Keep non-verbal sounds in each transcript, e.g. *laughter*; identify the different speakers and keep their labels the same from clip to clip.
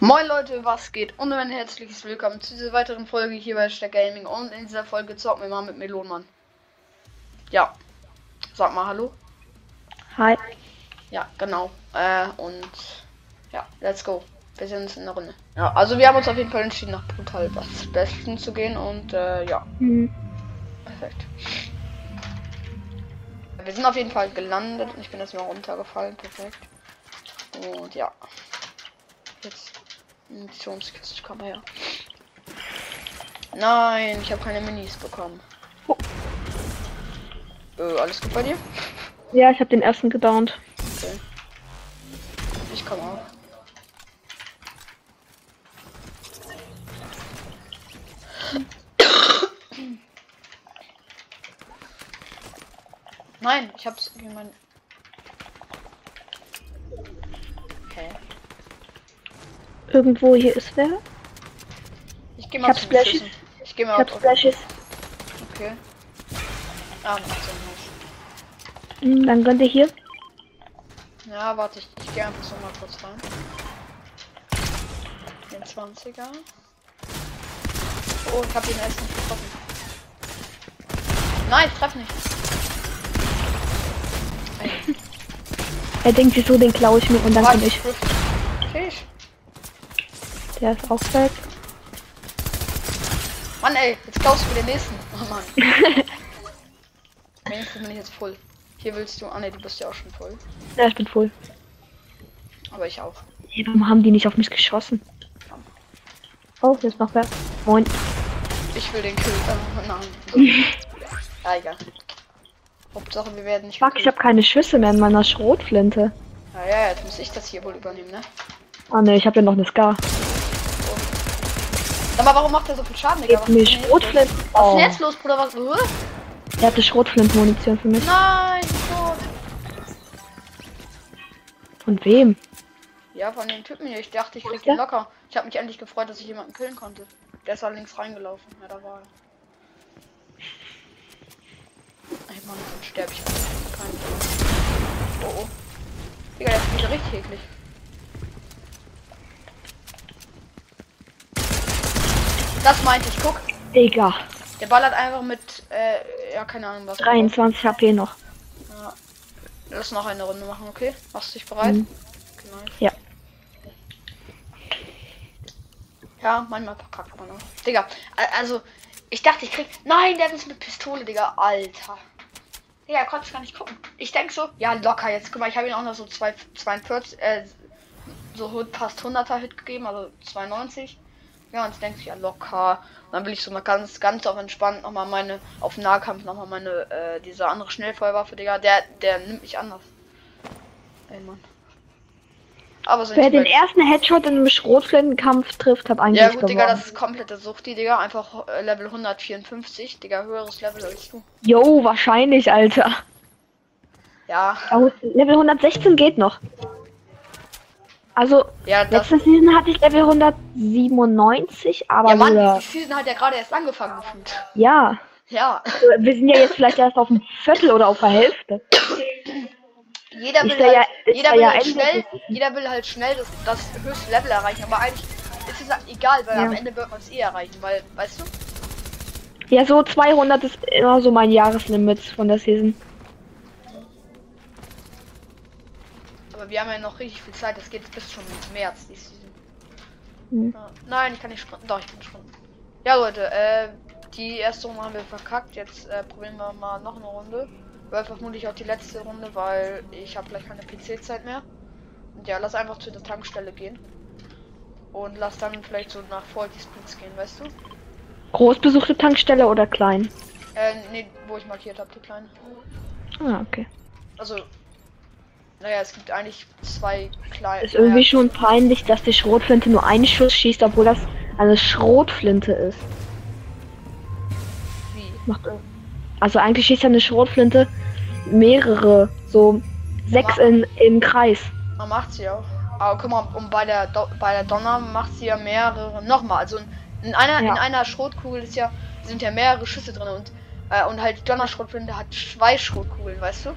Speaker 1: Moin Leute, was geht? Und ein herzliches Willkommen zu dieser weiteren Folge hier bei Stecker Gaming. Und in dieser Folge zocken wir mal mit Melonmann. Ja. Sag mal Hallo.
Speaker 2: Hi.
Speaker 1: Ja, genau. Äh, und ja, let's go. Wir sehen uns in der Runde. Ja, also wir haben uns auf jeden Fall entschieden, nach Brutal was Besten zu gehen. Und äh, ja,
Speaker 2: Hm.
Speaker 1: perfekt. Wir sind auf jeden Fall gelandet und ich bin jetzt mal runtergefallen. Perfekt. Und ja. Jetzt. Missionskiste, komm her. Nein, ich habe keine Minis bekommen.
Speaker 2: Oh.
Speaker 1: Äh, alles gut bei dir?
Speaker 2: Ja, ich habe den ersten gedownt.
Speaker 1: Okay. Ich komme auch. Nein, ich hab's gegen mein. Okay.
Speaker 2: Irgendwo hier ist wer.
Speaker 1: Ich geh
Speaker 2: Ich
Speaker 1: mal
Speaker 2: hab
Speaker 1: zu den
Speaker 2: Splashes.
Speaker 1: Schüssen. Ich geh
Speaker 2: Ich
Speaker 1: mal
Speaker 2: hab
Speaker 1: auf. Okay.
Speaker 2: Splashes.
Speaker 1: Ah, macht Sinn, nice.
Speaker 2: Hm, dann gönnt ihr hier.
Speaker 1: Ja, warte, ich, ich gehe einfach so mal kurz rein. Den 20er. Oh, ich habe den ersten getroffen. Nein, ich treff nicht. Ey,
Speaker 2: Er denkt sich so, den klaue ich mir und dann
Speaker 1: warte,
Speaker 2: komm ich.
Speaker 1: triff. Tschüss.
Speaker 2: Der ist auch weg.
Speaker 1: Mann, ey, jetzt klaust du mir den nächsten. Oh
Speaker 2: *laughs*
Speaker 1: Mann. Wenigstens bin ich jetzt voll. Hier willst du. Ah ne, du bist ja auch schon voll.
Speaker 2: Ja, ich bin voll.
Speaker 1: Aber ich auch.
Speaker 2: Hey, warum haben die nicht auf mich geschossen? Oh, hier ist noch wer. Moin.
Speaker 1: Ich will den Kill. Oh, nein.
Speaker 2: *laughs*
Speaker 1: ja, egal. Hauptsache, wir werden nicht. Ah,
Speaker 2: Fuck, ich habe keine Schüsse mehr in meiner Schrotflinte.
Speaker 1: Ja, ja, jetzt muss ich das hier wohl übernehmen, ne?
Speaker 2: Ah ne, ich habe ja noch eine Scar.
Speaker 1: Aber warum macht er so viel Schaden, Digga? Was ist
Speaker 2: Gebt mir
Speaker 1: denn jetzt los?
Speaker 2: Schrotflinten.
Speaker 1: Was ist
Speaker 2: Oh.
Speaker 1: denn jetzt los, Bruder? Was? Huh?
Speaker 2: Er hatte Schrotflintenmunition für mich.
Speaker 1: Nein, tot.
Speaker 2: Von wem?
Speaker 1: Ja, von den Typen hier. Ich dachte, ich
Speaker 2: Wo
Speaker 1: krieg
Speaker 2: ist
Speaker 1: ihn
Speaker 2: der?
Speaker 1: locker. Ich habe mich endlich gefreut, dass ich jemanden killen konnte. Der ist da links reingelaufen. Ja, da war er. Ey, Mann, dann sterb ich. Keine Ahnung. Oh, oh. Digga, der ist wieder richtig eklig. Das meinte ich. Guck,
Speaker 2: Digga.
Speaker 1: der ballert einfach mit, äh, ja, keine Ahnung was.
Speaker 2: 23 HP noch.
Speaker 1: Ja. Lass noch eine Runde machen, okay? Machst du dich bereit?
Speaker 2: Mhm.
Speaker 1: Okay, nice.
Speaker 2: Ja.
Speaker 1: Ja, manchmal verkackt man auch. Digga, a- also, ich dachte, ich krieg. Nein, der hat uns mit Pistole, Digga. Alter. Digga, er konnte es gar nicht gucken. Ich denke so, ja, locker jetzt. Guck mal, ich habe ihm auch noch so zwei, 42, äh, so hu- fast 100er Hit gegeben, also 92. Ja, und ich denke, ja, locker. Und dann will ich so mal ganz, ganz auf entspannt nochmal meine, auf den Nahkampf nochmal meine, äh, diese andere Schnellfeuerwaffe, Digga. Der, der nimmt mich anders. Ey, Mann. Aber sind
Speaker 2: Wer
Speaker 1: die
Speaker 2: den
Speaker 1: Welt-
Speaker 2: ersten Headshot in einem Schrotflintenkampf trifft, hat eigentlich
Speaker 1: ja, gut, Digga,
Speaker 2: gewonnen.
Speaker 1: das ist komplette Sucht, die Digga. Einfach äh, Level 154, Digga, höheres Level als du.
Speaker 2: Jo, wahrscheinlich, Alter.
Speaker 1: Ja,
Speaker 2: Oh, Level 116 geht noch. Also,
Speaker 1: ja, das.
Speaker 2: letzten Season hatte ich Level 197, aber
Speaker 1: Ja,
Speaker 2: ja,
Speaker 1: Mann, die Season hat ja gerade erst angefangen gefühlt.
Speaker 2: ja,
Speaker 1: Ja, *laughs*
Speaker 2: Also, wir sind ja jetzt vielleicht erst auf dem Viertel oder auf der Hälfte.
Speaker 1: jeder will
Speaker 2: Ist ja-
Speaker 1: halt,
Speaker 2: ist
Speaker 1: jeder
Speaker 2: ja
Speaker 1: will
Speaker 2: ja
Speaker 1: halt
Speaker 2: endlich
Speaker 1: schnell,
Speaker 2: so.
Speaker 1: jeder will halt schnell das, das höchste Level erreichen, aber eigentlich ist es halt egal, weil
Speaker 2: Ja.
Speaker 1: am Ende wird man es eh erreichen, weil, weißt du?
Speaker 2: Ja, so 200 ist immer so mein Jahreslimit von der Season.
Speaker 1: Aber wir haben ja noch richtig viel Zeit, das geht bis schon März, die Season.
Speaker 2: Hm.
Speaker 1: Ja. Nein, ich kann nicht sprinten. Doch, ich kann sprinten. Ja, Leute, äh, die erste Runde haben wir verkackt. Jetzt äh, probieren wir mal noch eine Runde. Weil vermutlich auch die letzte Runde, weil ich habe gleich keine PC-Zeit mehr. Und ja, lass einfach zu der Tankstelle gehen. Und lass dann vielleicht so nach vor die Splits gehen, weißt du?
Speaker 2: Großbesuchte Tankstelle oder klein?
Speaker 1: Äh, nee, wo ich markiert habe, die kleine.
Speaker 2: Ah, okay.
Speaker 1: Also, naja, es gibt eigentlich zwei kleine.
Speaker 2: Ist irgendwie
Speaker 1: naja,
Speaker 2: schon peinlich, dass die Schrotflinte nur einen Schuss schießt, obwohl das eine Schrotflinte ist.
Speaker 1: wie?
Speaker 2: Macht irg- also eigentlich schießt ja eine Schrotflinte mehrere, so sechs in, im Kreis.
Speaker 1: Man macht sie auch. Aber guck mal, und bei der Do bei der Donner macht sie ja mehrere. Nochmal, also in einer
Speaker 2: Ja.
Speaker 1: in einer Schrotkugel ist ja sind ja mehrere Schüsse drin und äh, und halt die Donnerschrotflinte hat zwei Schrotkugeln, weißt du?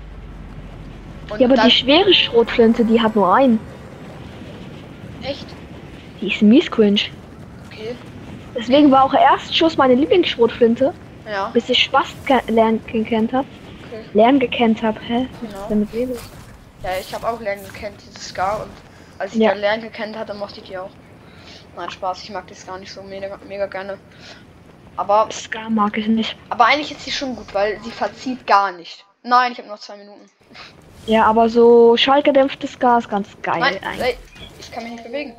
Speaker 1: Und
Speaker 2: Ja, aber
Speaker 1: dann,
Speaker 2: die schwere Schrotflinte, die hat nur einen.
Speaker 1: echt?
Speaker 2: Die ist mies cringe.
Speaker 1: Okay.
Speaker 2: Deswegen war auch Erstschuss meine Lieblingsschrotflinte,
Speaker 1: Ja,
Speaker 2: bis ich Spaß ke- lernen gekannt hab.
Speaker 1: okay.
Speaker 2: Lernen gekannt hab, hä?
Speaker 1: Genau.
Speaker 2: Damit lebe ich.
Speaker 1: Ja, ich habe auch Lernen gekannt, dieses Scar. Und als ich
Speaker 2: Ja.
Speaker 1: dann Lernen gekannt hatte, mochte ich die auch. Nein, Spaß, ich mag das gar nicht so mega, mega gerne. Aber,
Speaker 2: Scar mag ich nicht.
Speaker 1: aber eigentlich ist sie schon gut, weil sie verzieht gar nicht. Nein, ich habe noch zwei Minuten.
Speaker 2: Ja, aber so schallgedämpfte Scar ist ganz geil
Speaker 1: Nein,
Speaker 2: eigentlich.
Speaker 1: ey, ich kann mich nicht bewegen.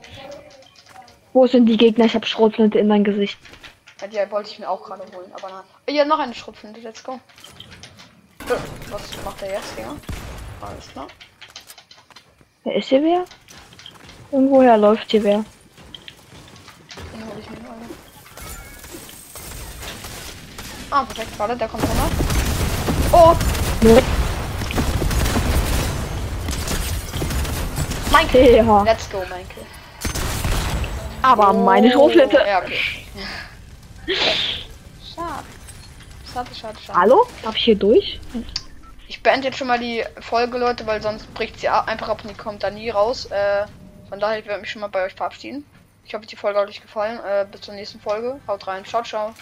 Speaker 2: Wo sind die Gegner? Ich hab Schrotflinte in mein Gesicht.
Speaker 1: Ja, die wollte ich mir auch gerade holen, aber nein. Ja, noch eine Schrupfen, let's go. So, Was macht er jetzt, Digga? Alles klar.
Speaker 2: Wer ist hier wer? Irgendwoher läuft hier wer. *laughs*
Speaker 1: Den hole ich mir mal. Ah, perfekt, warte, der kommt runter. Oh, mein Kill.
Speaker 2: Ja.
Speaker 1: Let's go, mein Kill.
Speaker 2: Aber
Speaker 1: Oh,
Speaker 2: meine Schrotflinte.
Speaker 1: Ja, okay. *laughs* Schade. Schade, schade, schade.
Speaker 2: Hallo? Darf ich hier durch?
Speaker 1: Ich beende jetzt schon mal die Folge, Leute, weil sonst bricht sie a- einfach ab und die kommt da nie raus. Äh, von daher ich werde mich schon mal bei euch verabschieden. Ich hoffe, die Folge hat euch gefallen. Äh, bis zur nächsten Folge. Haut rein. Ciao, ciao.